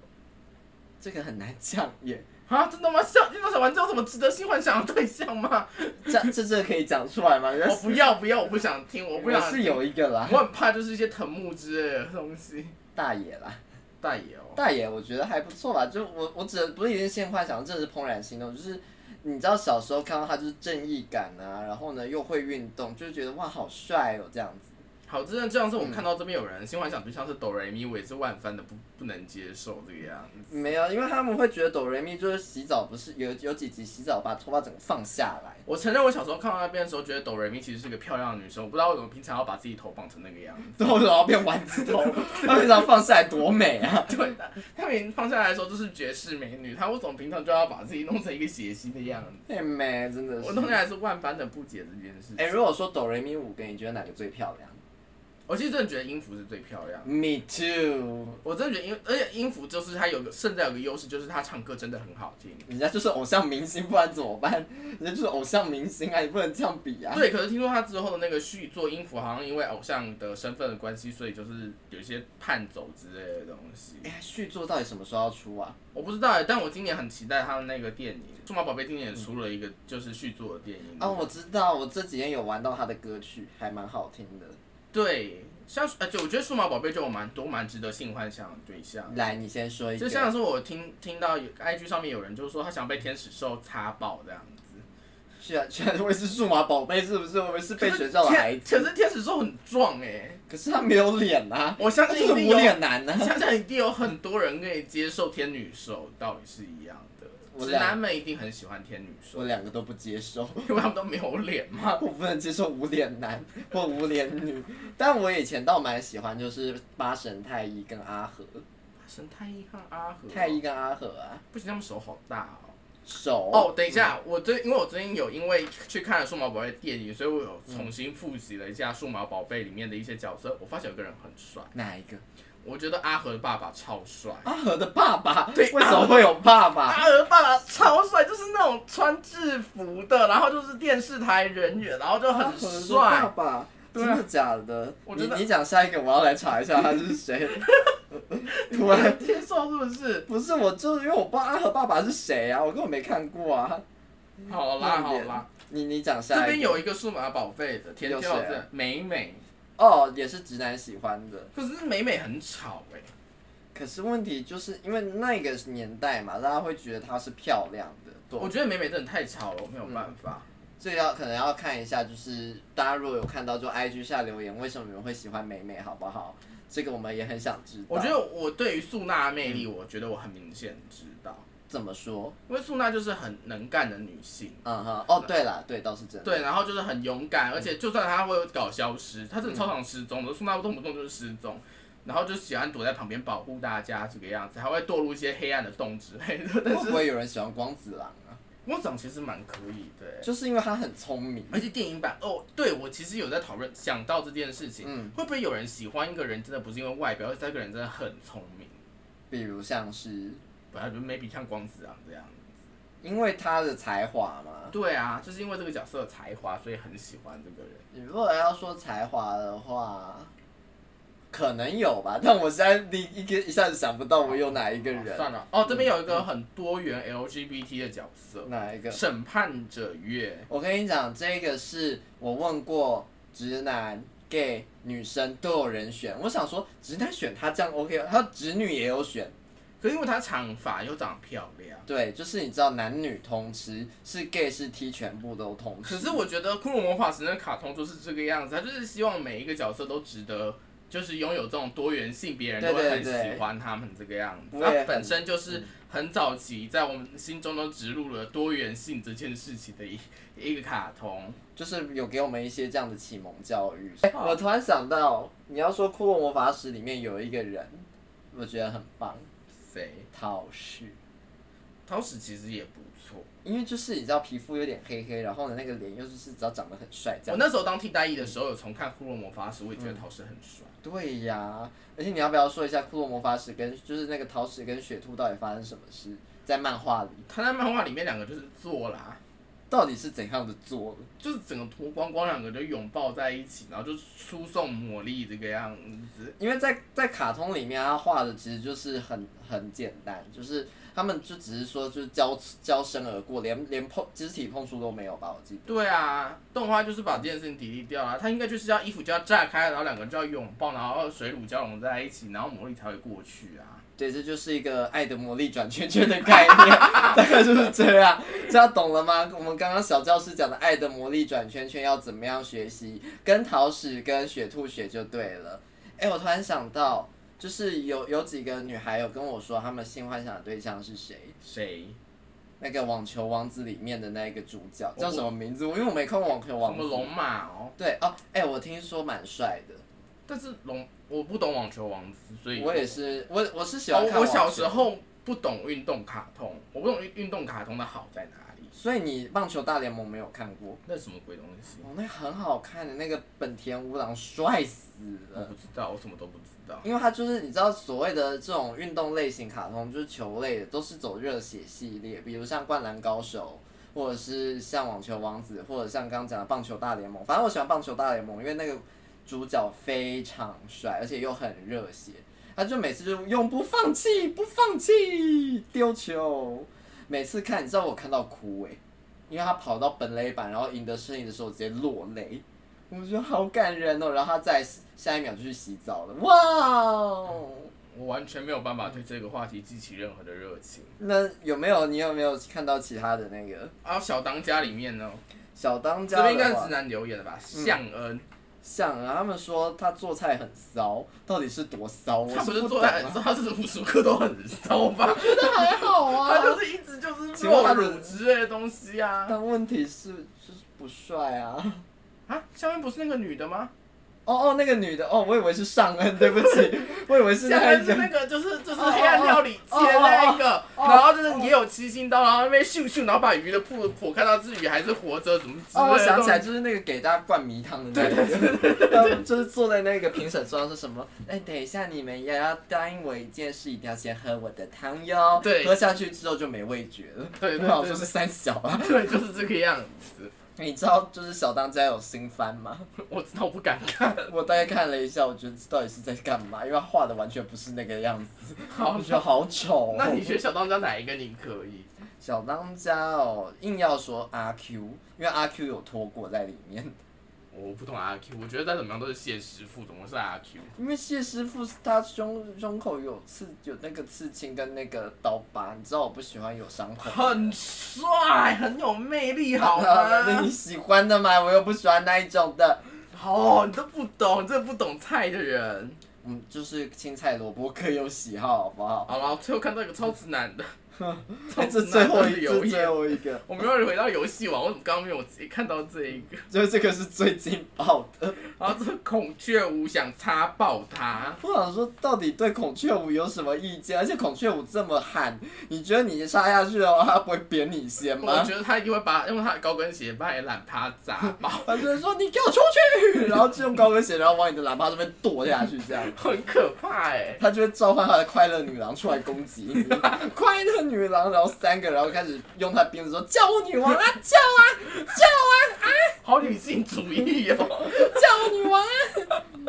[SPEAKER 2] 这个很难讲 (laughs) 耶，
[SPEAKER 1] 啊，真的吗？像樱桃小丸子有什么值得性幻想的对象吗？
[SPEAKER 2] 这这这可以讲出啊来吗？人家
[SPEAKER 1] 我不要不要，我不想听，我不
[SPEAKER 2] 我
[SPEAKER 1] 想
[SPEAKER 2] 是啊有一个啦，
[SPEAKER 1] 我很怕就是一些藤木之类的东西。
[SPEAKER 2] 大爷啦，
[SPEAKER 1] 大爷哦，
[SPEAKER 2] 大爷我觉得还不错啦，就我我只不是一定现幻想，真的是怦然心动，就是。你知道小时候看到他就是正义感啊，然后呢又会运动，就觉得哇好帅哦这样子。
[SPEAKER 1] 好，真的这样是
[SPEAKER 2] 嗯
[SPEAKER 1] 我看到这边有人性幻想对象是哆瑞咪，我也是万分的不不能接受这个样子。
[SPEAKER 2] 没有，因为他们会觉得哆瑞咪就是洗澡不是有有几集洗澡把头发整个放下 (laughs) 来，
[SPEAKER 1] 我承认我小时候看到那边的时候，觉得哆瑞咪其实是个漂亮的女生，我不知道为什么平常要把自己头绑成那个样子。 (laughs)
[SPEAKER 2] 然后然后变丸子 (laughs) 头，他平常放下来多美啊！
[SPEAKER 1] 对的，她平常放下来的时候就是绝世美女，她为什么平常就要把自己弄成一个邪心的样子？
[SPEAKER 2] 妹哎妹真的是。嗯
[SPEAKER 1] 我弄下来是万般的不解这件事情。
[SPEAKER 2] 哎、如果说哆瑞咪五个，你觉得哪个最漂亮？
[SPEAKER 1] 我其实真的觉得音符是最漂亮的。
[SPEAKER 2] Me too，
[SPEAKER 1] 我真的觉得音，而且音符就是它有个现在有个优势，就是它唱歌真的很好听。
[SPEAKER 2] 人家就是偶像明星，不然怎么办？人家就是偶像明星啊，你不能这样比啊。
[SPEAKER 1] 对，可是听说他之后的那个续作音符，好像因为偶像的身份的关系，所以就是有一些叛走之类的东西。
[SPEAKER 2] 哎，续作到底什么时候要出啊？
[SPEAKER 1] 我不知道欸，但我今年很期待他的那个电影《数码宝贝》，今年也出了一个就是续作的电影。
[SPEAKER 2] 啊，我知道，我这几天有玩到他的歌曲，还蛮好听的。
[SPEAKER 1] 对，像而且我觉得《数码宝贝》就有蛮多蛮值得性幻想的对象。
[SPEAKER 2] 来，你先说一
[SPEAKER 1] 就
[SPEAKER 2] 个。
[SPEAKER 1] 像是我听听到有 IG 上面有人就说他想被天使兽插爆这样子，
[SPEAKER 2] 居 (laughs) 然居然会是数码宝贝，是不是？我们是被学校的
[SPEAKER 1] 可
[SPEAKER 2] 孩
[SPEAKER 1] 是天
[SPEAKER 2] 子。
[SPEAKER 1] 可是天使兽很壮哎、
[SPEAKER 2] (laughs) 可是他没有脸啊，
[SPEAKER 1] 我相
[SPEAKER 2] 他
[SPEAKER 1] 信
[SPEAKER 2] 就
[SPEAKER 1] 一定
[SPEAKER 2] 是无
[SPEAKER 1] 有，
[SPEAKER 2] 脸男啊呢、
[SPEAKER 1] 想想一定有很多人可以接受天女兽，道理是一样的。
[SPEAKER 2] 我
[SPEAKER 1] 直
[SPEAKER 2] 俩
[SPEAKER 1] 男们一定很喜欢天女兽
[SPEAKER 2] 我，两个都不接受，
[SPEAKER 1] 因为他们都没有脸嘛。
[SPEAKER 2] 我不能接受无脸男或无脸 (laughs) 女。但我以前倒蛮喜欢，就是八神太一跟阿和，
[SPEAKER 1] 神太一和阿和，哦
[SPEAKER 2] 太一跟阿和啊，
[SPEAKER 1] 不行，他们手好大哦。
[SPEAKER 2] 手
[SPEAKER 1] 哦，等一下，我最因为我最近有因为去看了《数码宝贝》电影，所以我有重新复习了一下《数码宝贝》里面的一些角色。我发现有个人很帅，
[SPEAKER 2] 哪一个？
[SPEAKER 1] 我觉得阿和的爸爸超帅。
[SPEAKER 2] 阿和的爸爸，
[SPEAKER 1] 对
[SPEAKER 2] 为什么会有爸爸？
[SPEAKER 1] 阿和爸爸超帅，就是那种穿制服的，然后就是电视台人员，然后就
[SPEAKER 2] 阿
[SPEAKER 1] 很
[SPEAKER 2] 和的
[SPEAKER 1] 帅
[SPEAKER 2] 爸。爸，
[SPEAKER 1] 对
[SPEAKER 2] 真
[SPEAKER 1] 啊
[SPEAKER 2] 的假的？
[SPEAKER 1] 我
[SPEAKER 2] 你
[SPEAKER 1] 真的
[SPEAKER 2] 你讲下一个，我要来查一下他是 (laughs) 谁。突 (laughs) 然
[SPEAKER 1] 天寿是不是？
[SPEAKER 2] 不是，我就是因为我不知道阿和爸爸是谁啊，我根本没看过啊。
[SPEAKER 1] 好啦好
[SPEAKER 2] 慢点
[SPEAKER 1] 啦，
[SPEAKER 2] 你你讲下一
[SPEAKER 1] 这
[SPEAKER 2] 个
[SPEAKER 1] 边有一个数码宝贝的甜
[SPEAKER 2] 有
[SPEAKER 1] 甜
[SPEAKER 2] 谁
[SPEAKER 1] 老
[SPEAKER 2] 啊
[SPEAKER 1] 师美美，
[SPEAKER 2] 哦，也是直男喜欢的。
[SPEAKER 1] 可是美美很吵哎、
[SPEAKER 2] 可是问题就是因为那个年代嘛，大家会觉得她是漂亮的。
[SPEAKER 1] 我
[SPEAKER 2] 对，
[SPEAKER 1] 觉得美美真的太吵了，我没有办法。
[SPEAKER 2] 这要可能要看一下，就是大家如果有看到就 IG 下留言，为什么你们会喜欢美美，好不好？这个我们也很想知道。嗯
[SPEAKER 1] 我觉得我对于素娜的魅力，我觉得我很明显知道，
[SPEAKER 2] 怎么说？
[SPEAKER 1] 因为素娜就是很能干的女性，
[SPEAKER 2] 嗯哼，哦，对啦，对，倒是真的。
[SPEAKER 1] 对，然后就是很勇敢，而且就算她会搞消失，她真的超常失踪的，素娜动不动就是失踪。然后就喜欢躲在旁边保护大家这个样子，还会堕入一些黑暗的洞之类的。 (laughs) 但
[SPEAKER 2] 会
[SPEAKER 1] 是
[SPEAKER 2] 不会有人喜欢光子郎啊？
[SPEAKER 1] 我长其实蛮可以的欸、
[SPEAKER 2] 就是因为他很聪明。
[SPEAKER 1] 而且电影版哦，对我其实有在讨论，想到这件事情，
[SPEAKER 2] 嗯，
[SPEAKER 1] 会不会有人喜欢一个人，真的不是因为外表，而是他这个人真的很聪明，
[SPEAKER 2] 比如像是
[SPEAKER 1] 本来就 maybe 像光子啊这样。
[SPEAKER 2] 因为他的才华嘛。
[SPEAKER 1] 对啊，就是因为这个角色的才华，所以很喜欢这个人。
[SPEAKER 2] 你如果要说才华的话，可能有吧，但我现在你一个一下子想不到我有哪一个
[SPEAKER 1] 好
[SPEAKER 2] 人，
[SPEAKER 1] 算了，哦，这边有一个很多元 LGBT 的角色，
[SPEAKER 2] 哪一个？
[SPEAKER 1] 审判者月。
[SPEAKER 2] 我跟你讲，这个是我问过直男、gay、女生都有人选。我想说，直男选他这样 OK，他直女也有选。
[SPEAKER 1] 可是因为她长发又长得漂亮，
[SPEAKER 2] 对，就是你知道男女通吃，是 gay 是 T 全部都通吃。
[SPEAKER 1] 可是我觉得《骷髅魔法石》的卡通就是这个样子，他就是希望每一个角色都值得，就是拥有这种多元性，别人都会
[SPEAKER 2] 对对
[SPEAKER 1] 很
[SPEAKER 2] 对
[SPEAKER 1] 喜欢他们这个样子。
[SPEAKER 2] 我也
[SPEAKER 1] 他
[SPEAKER 2] 很
[SPEAKER 1] 本身就是很早期在我们心中都植入了多元性这件事情的一一个卡通。
[SPEAKER 2] 就是有给我们一些这样的启蒙教育。我突然想到，你要说《骷髅魔法使》里面有一个人，我觉得很棒，
[SPEAKER 1] 谁？
[SPEAKER 2] 陶氏，
[SPEAKER 1] 桃矢其实也不错。
[SPEAKER 2] 因为就是你知道皮肤有点黑黑，然后呢那个脸又就是只要长得很帅这
[SPEAKER 1] 我
[SPEAKER 2] 样。
[SPEAKER 1] 那时候当替代役的时候，有重看《骷髅魔法石》，我也觉得桃矢很帅。
[SPEAKER 2] 对呀，而且你要不要说一下《骷髅魔法使》跟就是那个陶矢跟雪兔到底发生什么事？在漫画里
[SPEAKER 1] 他在漫画里面两个就是做啦，
[SPEAKER 2] 到底是怎样的做的？
[SPEAKER 1] 就是整个脱光光，两个就拥抱在一起，然后就输送魔力这个样子。
[SPEAKER 2] 因为在在卡通里面，他画的其实就是很很简单，就是他们就只是说就是交交身而过，连连碰肢体碰触都没有吧？我记得。
[SPEAKER 1] 对啊，动画就是把这件事情砥砺掉了。他应该就是要衣服就要炸开，然后两个人就要拥抱，然后水乳交融在一起，然后魔力才会过去啊。
[SPEAKER 2] 对，这就是一个爱的魔力转圈圈的概念，大概就是这样。这样懂了吗？我们刚刚小教师讲的爱的魔力转圈圈要怎么样学习，跟桃矢跟雪兔学就对了。哎，我突然想到，就是有有几个女孩有跟我说，她们性幻想的对象是谁？
[SPEAKER 1] 谁？
[SPEAKER 2] 那个网球王子里面的那一个主角叫什么名字？我因为我没看过网球
[SPEAKER 1] 什
[SPEAKER 2] 王
[SPEAKER 1] 么
[SPEAKER 2] 子。
[SPEAKER 1] 龙马哦？
[SPEAKER 2] 对哦，哎、我听说蛮帅的。
[SPEAKER 1] 但是龙我不懂网球王子，所以
[SPEAKER 2] 我也是，我我是喜欢
[SPEAKER 1] 哦
[SPEAKER 2] 看、
[SPEAKER 1] 我小时，候不懂运动卡通，我不懂运运动卡通的好在哪里。里。
[SPEAKER 2] 所以你棒球大联盟没有看过？
[SPEAKER 1] 那什么鬼东西？
[SPEAKER 2] 哦，那个很好看的那个本田吾郎帅死
[SPEAKER 1] 我
[SPEAKER 2] 了，
[SPEAKER 1] 不知道，我什么都不知道。
[SPEAKER 2] 因为他就是你知道所谓的这种运动类型卡通，就是球类的，都是走热血系列，比如像《灌篮高手》，或者是像《网球王子》，或者像刚刚讲的《棒球大联盟》。反正我喜欢《棒球大联盟》，因为那个主角非常帅，而且又很热血。他就每次就永不放弃，不放弃丢球。每次看，你知道我看到哭诶、因为他跑到本垒板，然后赢得胜利的时候直接落泪，我觉得好感人哦。然后他在下一秒就去洗澡了，哇哦！
[SPEAKER 1] 我完全没有办法对这个话题激起任何的热情。
[SPEAKER 2] 那有没有你有没有看到其他的那个
[SPEAKER 1] 啊，小当家里面呢，
[SPEAKER 2] 小当
[SPEAKER 1] 这
[SPEAKER 2] 家
[SPEAKER 1] 边应该是
[SPEAKER 2] 的
[SPEAKER 1] 直
[SPEAKER 2] 话？
[SPEAKER 1] 男留言的吧？向恩，
[SPEAKER 2] 像啊，他们说他做菜很骚，到底是多骚？我
[SPEAKER 1] 他不
[SPEAKER 2] 是
[SPEAKER 1] 是
[SPEAKER 2] 懂
[SPEAKER 1] 做菜很
[SPEAKER 2] 啊，
[SPEAKER 1] 骚，他是无时无刻都很骚吧？
[SPEAKER 2] 那 (laughs) 还好
[SPEAKER 1] 他 (laughs)
[SPEAKER 2] 啊。
[SPEAKER 1] 就是一直就是
[SPEAKER 2] 请问
[SPEAKER 1] 肉
[SPEAKER 2] 他的
[SPEAKER 1] 乳之类的东西啊。
[SPEAKER 2] 但问题是就是不帅啊。
[SPEAKER 1] 啊，向恩不是那个女的吗？
[SPEAKER 2] 哦哦，那个女的哦，我以为是尚恩，对不起，我以为是
[SPEAKER 1] 向
[SPEAKER 2] 那
[SPEAKER 1] 恩
[SPEAKER 2] 一
[SPEAKER 1] 是
[SPEAKER 2] 种。
[SPEAKER 1] 那个就是就是
[SPEAKER 2] 哦
[SPEAKER 1] 黑暗料理切那一个，
[SPEAKER 2] 哦哦
[SPEAKER 1] 然后就是也有七星刀，然后那边咻咻，然后把鱼的破破开，到这鱼还是活着，怎么之类
[SPEAKER 2] 哦，
[SPEAKER 1] 的。
[SPEAKER 2] 我想起来，，就是那个给大家灌迷汤的那个，他们 (laughs) 就是坐在那个评审桌上说什么？哎，等一下，你们也要答应我一件事，一定要先喝我的汤哟。
[SPEAKER 1] 对
[SPEAKER 2] 喝下去之后就没味觉了。
[SPEAKER 1] 对对
[SPEAKER 2] 然后
[SPEAKER 1] 对
[SPEAKER 2] 就是三小啊。
[SPEAKER 1] 对，就是这个样子。
[SPEAKER 2] 你知道就是小当家有新番吗？
[SPEAKER 1] 我知道我不敢看，
[SPEAKER 2] 我大概看了一下，我觉得这到底是在干嘛？因为他画的完全不是那个样子，
[SPEAKER 1] 好
[SPEAKER 2] 我觉得好丑、哦。
[SPEAKER 1] 那你学小当家哪一个你可以？
[SPEAKER 2] 小当家哦，硬要说阿 Q，因为阿 Q 有拖过在里面。
[SPEAKER 1] 我不懂阿 Q，我觉得再怎么样都是谢师傅，怎么会是阿 Q？
[SPEAKER 2] 因为谢师傅他胸胸口有刺，有那个刺青跟那个刀疤，你知道我不喜欢有伤
[SPEAKER 1] (laughs)
[SPEAKER 2] 口。
[SPEAKER 1] 很帅，很有魅力，好 (laughs)
[SPEAKER 2] 那你
[SPEAKER 1] 吗？
[SPEAKER 2] 喜欢的嘛，我又不喜欢那一种的。
[SPEAKER 1] 好，你都不懂，你这不懂菜的人。
[SPEAKER 2] 嗯，就是青菜萝卜各有喜好，好
[SPEAKER 1] (laughs)
[SPEAKER 2] 不好？
[SPEAKER 1] 好了，最后看到一个超直男 (laughs) 的，超
[SPEAKER 2] 哎，
[SPEAKER 1] 直
[SPEAKER 2] 这
[SPEAKER 1] 男
[SPEAKER 2] 最后
[SPEAKER 1] 的
[SPEAKER 2] 一，
[SPEAKER 1] 留
[SPEAKER 2] 这最
[SPEAKER 1] 言。(laughs)
[SPEAKER 2] 后一个，
[SPEAKER 1] 我没有回到游戏王，我怎么刚刚没有直接看到这一 (laughs) 个？
[SPEAKER 2] 就是这个是最劲爆的。
[SPEAKER 1] 然后这个孔雀舞想插爆他，
[SPEAKER 2] 我想说，到底对孔雀舞有什么意见？而且孔雀舞这么喊，你觉得你杀下去的话，他不会扁你先
[SPEAKER 1] 我
[SPEAKER 2] 吗？
[SPEAKER 1] 觉得他一定会把用他的高跟鞋把你懒趴砸 (laughs) 爆，
[SPEAKER 2] 他就是说你给我出去，然后就用高跟鞋，然后往你的喇叭这边跺下去，这样。
[SPEAKER 1] 很可怕哎、
[SPEAKER 2] 他就会召唤他的快乐女郎出来攻击 (laughs) 你，快乐女郎，然后三个，然后开始用他鞭子说叫我女王啊，叫啊，叫啊，
[SPEAKER 1] 好女性主义 (laughs) 哦。
[SPEAKER 2] 叫我女王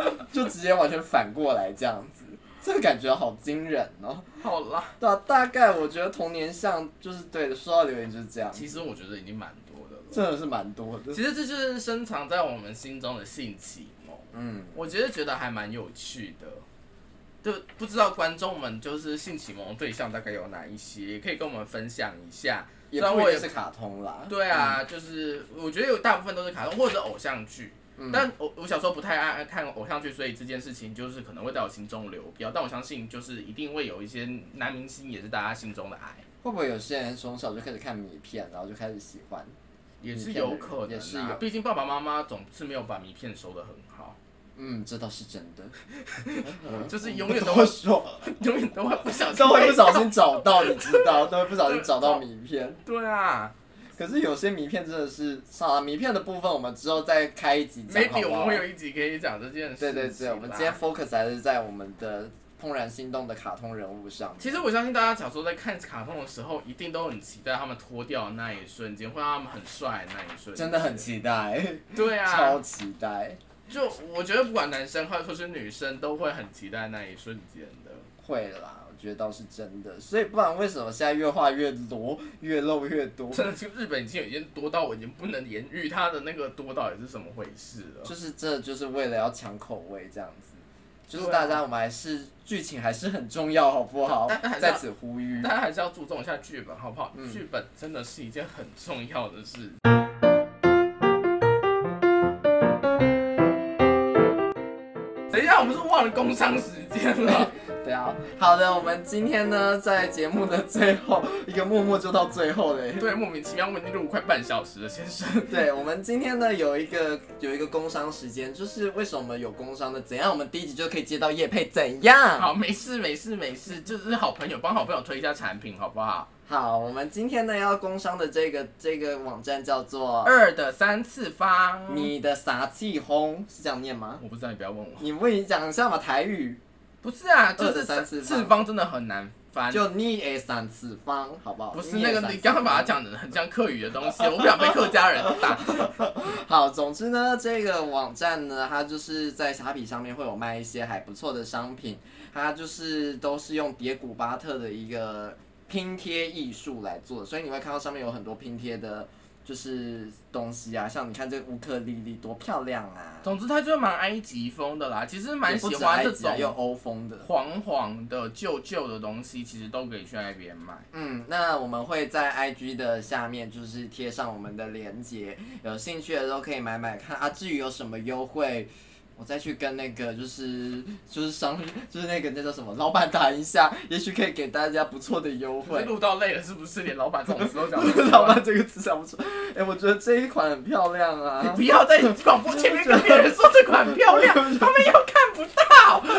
[SPEAKER 2] 啊， (laughs) 就直接完全反过来这样子，这个感觉好惊人哦。
[SPEAKER 1] 好啦，
[SPEAKER 2] 对啊，大概我觉得童年像就是对的，说到留言就是这样，
[SPEAKER 1] 其实我觉得已经蛮多的了。
[SPEAKER 2] 真的是蛮多的。
[SPEAKER 1] 其实这就是深藏在我们心中的性启蒙，
[SPEAKER 2] 嗯，
[SPEAKER 1] 我其实觉得还蛮有趣的。就不知道观众们就是性启蒙对象大概有哪一些，也可以跟我们分享一下。
[SPEAKER 2] 也
[SPEAKER 1] 虽然
[SPEAKER 2] 不
[SPEAKER 1] 我
[SPEAKER 2] 也
[SPEAKER 1] 也
[SPEAKER 2] 是卡通啦。
[SPEAKER 1] 对啊，就是我觉得有大部分都是卡通或者是偶像剧，
[SPEAKER 2] 嗯，
[SPEAKER 1] 但我我小时候不太爱爱看偶像剧，所以这件事情就是可能会在我心中留标。但我相信，就是一定会有一些男明星也是大家心中的爱，
[SPEAKER 2] 会不会有些人从小就开始看迷片，然后就开始喜欢？
[SPEAKER 1] 也是有可能、啊，
[SPEAKER 2] 也是有
[SPEAKER 1] 毕竟爸爸妈妈总是没有把名片收的很好，
[SPEAKER 2] (laughs) 嗯，这倒是真的，
[SPEAKER 1] (laughs)
[SPEAKER 2] 嗯
[SPEAKER 1] 就是永远都
[SPEAKER 2] 不多
[SPEAKER 1] 会
[SPEAKER 2] 说。
[SPEAKER 1] 永远都会不小心
[SPEAKER 2] (laughs) 都会不
[SPEAKER 1] 被
[SPEAKER 2] 小心找到，你知道，都会不小心找到迷片。
[SPEAKER 1] 对啊
[SPEAKER 2] 可是有些迷片真的是，算了，迷片的部分我们之后再开一集讲，好
[SPEAKER 1] ，maybe
[SPEAKER 2] 不
[SPEAKER 1] 我们
[SPEAKER 2] 好
[SPEAKER 1] 会？有一集可以讲这件事
[SPEAKER 2] 对
[SPEAKER 1] 情。
[SPEAKER 2] 对对，我们今天。focus 还是在我们的怦然心动的卡通人物上。
[SPEAKER 1] 其实我相信大家小时候在看卡通的时候，一定都很期待他们脱掉的那一瞬间，或者他们很帅的那一瞬间。
[SPEAKER 2] 真的很期待，
[SPEAKER 1] 对啊，
[SPEAKER 2] (laughs) 超期待，
[SPEAKER 1] 就我觉得不管男生或者说是女生，都会很期待那一瞬间的。
[SPEAKER 2] 会啦，我觉得倒是真的。所以不然为什么现在越画越裸，越露越多？
[SPEAKER 1] 真的，就日本已经已经多到我已经不能言喻它的那个多到底是怎么回事了。
[SPEAKER 2] 就是这就是为了要抢口味这样子。就是
[SPEAKER 1] 对啊
[SPEAKER 2] 大家，我们还是剧情还是很重要，好不好
[SPEAKER 1] 但但还？是要
[SPEAKER 2] 在此呼吁。
[SPEAKER 1] 大家还是要注重一下剧本，好不好？
[SPEAKER 2] 嗯
[SPEAKER 1] 剧、本真的是一件很重要的事。
[SPEAKER 2] (laughs)
[SPEAKER 1] 等一下，我们是忘了工商时间了。
[SPEAKER 2] 标。啊好的，我们今天呢，在节目的最后一个默默就到最后了耶。
[SPEAKER 1] 对，莫名其妙，我们已经录快半小时了，先生。
[SPEAKER 2] 对，我们今天呢有一个有一个工商时间，就是为什么有工商的？怎样我们第一集就可以接到叶配？怎样？
[SPEAKER 1] 好，没事没事没事，就是好朋友帮好朋友推一下产品，好不好？
[SPEAKER 2] 好，我们今天呢要工商的这个这个网站叫做
[SPEAKER 1] 二的三次方，
[SPEAKER 2] 你的傻气轰，是这样念吗？
[SPEAKER 1] 我不知道，你不要问我。
[SPEAKER 2] 你问你讲一下嘛，台语
[SPEAKER 1] 不是啊，就
[SPEAKER 2] 二
[SPEAKER 1] 是
[SPEAKER 2] 的三次方
[SPEAKER 1] 次方真的很难翻，
[SPEAKER 2] 就你的三次方，好不好？
[SPEAKER 1] 不是
[SPEAKER 2] 你
[SPEAKER 1] 那
[SPEAKER 2] 的
[SPEAKER 1] 个
[SPEAKER 2] 三
[SPEAKER 1] 你
[SPEAKER 2] 次
[SPEAKER 1] 刚刚
[SPEAKER 2] 方
[SPEAKER 1] 把它讲的很像客语的东西，我不想被客家人打。
[SPEAKER 2] (laughs) 好，总之呢，这个网站呢，它就是在虾皮上面会有卖一些还不错的商品，它就是都是用叠古巴特的一个拼贴艺术来做的，所以你会看到上面有很多拼贴的，就是东西啊，像你看这个乌克丽丽多漂亮啊，
[SPEAKER 1] 总之，它就蛮埃及风的啦，其实蛮
[SPEAKER 2] 也不
[SPEAKER 1] 喜
[SPEAKER 2] 止
[SPEAKER 1] 欢
[SPEAKER 2] 埃
[SPEAKER 1] 这
[SPEAKER 2] 及啊，有
[SPEAKER 1] 种
[SPEAKER 2] 欧风的。
[SPEAKER 1] 黄黄的、旧旧的东西，其实都可以去那边买。
[SPEAKER 2] 嗯，那我们会在 IG 的下面就是贴上我们的链接，有兴趣的都可以买买看啊。至于有什么优惠，我再去跟那个就是就是商就是那个那叫什么老板打一下，也许可以给大家不错的优
[SPEAKER 1] 可是
[SPEAKER 2] 惠。
[SPEAKER 1] 录到累了，是不是连老板这种词都讲
[SPEAKER 2] (laughs) 老板这个词想不出，哎、我觉得这一款很漂亮
[SPEAKER 1] 你
[SPEAKER 2] 啊。
[SPEAKER 1] 不要在广播前面跟别人说这款很漂
[SPEAKER 2] (laughs)
[SPEAKER 1] 亮，他们又看不到。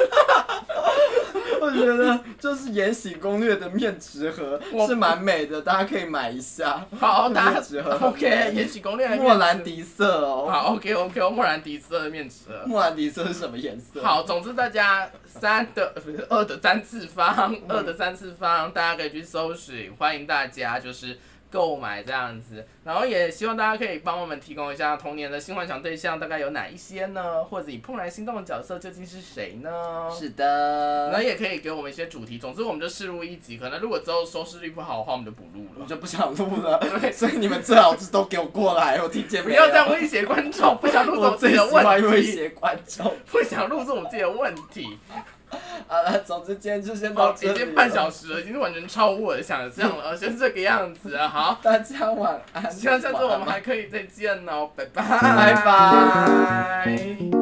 [SPEAKER 2] 我觉得就是《延禧攻略》的面纸盒
[SPEAKER 1] 我
[SPEAKER 2] 是蛮美的，大家可以买一下。
[SPEAKER 1] 好，
[SPEAKER 2] (laughs)
[SPEAKER 1] 大家
[SPEAKER 2] 面纸盒
[SPEAKER 1] OK，《延禧攻略》的面
[SPEAKER 2] 莫兰
[SPEAKER 1] 纸
[SPEAKER 2] 迪色哦，
[SPEAKER 1] 好 OK OK，莫兰迪斯的面纸了。
[SPEAKER 2] 莫兰迪色是什么颜色？
[SPEAKER 1] 好，总之大家三的不是二的三次方，
[SPEAKER 2] 嗯
[SPEAKER 1] 二的三次方，大家可以去搜寻，欢迎大家就是购买这样子，然后也希望大家可以帮我们提供一下童年的性幻想对象大概有哪一些呢？或者你怦然心动的角色究竟是谁呢？
[SPEAKER 2] 是的，
[SPEAKER 1] 然后也可以给我们一些主题，总之我们就试录一集，可能如果之后收视率不好的话，我们就不录
[SPEAKER 2] 我
[SPEAKER 1] 了。
[SPEAKER 2] 就不想录了，所以你们最好是都给我过来，我听见
[SPEAKER 1] 不
[SPEAKER 2] 没
[SPEAKER 1] 要
[SPEAKER 2] 有？
[SPEAKER 1] 这样威胁观众，不想录是我
[SPEAKER 2] 我
[SPEAKER 1] 自己
[SPEAKER 2] 最喜
[SPEAKER 1] 的
[SPEAKER 2] 欢
[SPEAKER 1] 问
[SPEAKER 2] 威
[SPEAKER 1] 题，
[SPEAKER 2] 胁观众。
[SPEAKER 1] 不想录是我自己的问题。
[SPEAKER 2] 好了，总之今天
[SPEAKER 1] (laughs)
[SPEAKER 2] 就先到
[SPEAKER 1] 哦，
[SPEAKER 2] 这
[SPEAKER 1] 已
[SPEAKER 2] 里了，
[SPEAKER 1] 经半小时了，已经完全超乎我的想象了，先这个样子啊。好，
[SPEAKER 2] 大家晚安。
[SPEAKER 1] 希望下次我们
[SPEAKER 2] 晚安
[SPEAKER 1] 还可以再见哦，拜拜，
[SPEAKER 2] 拜拜
[SPEAKER 1] 拜。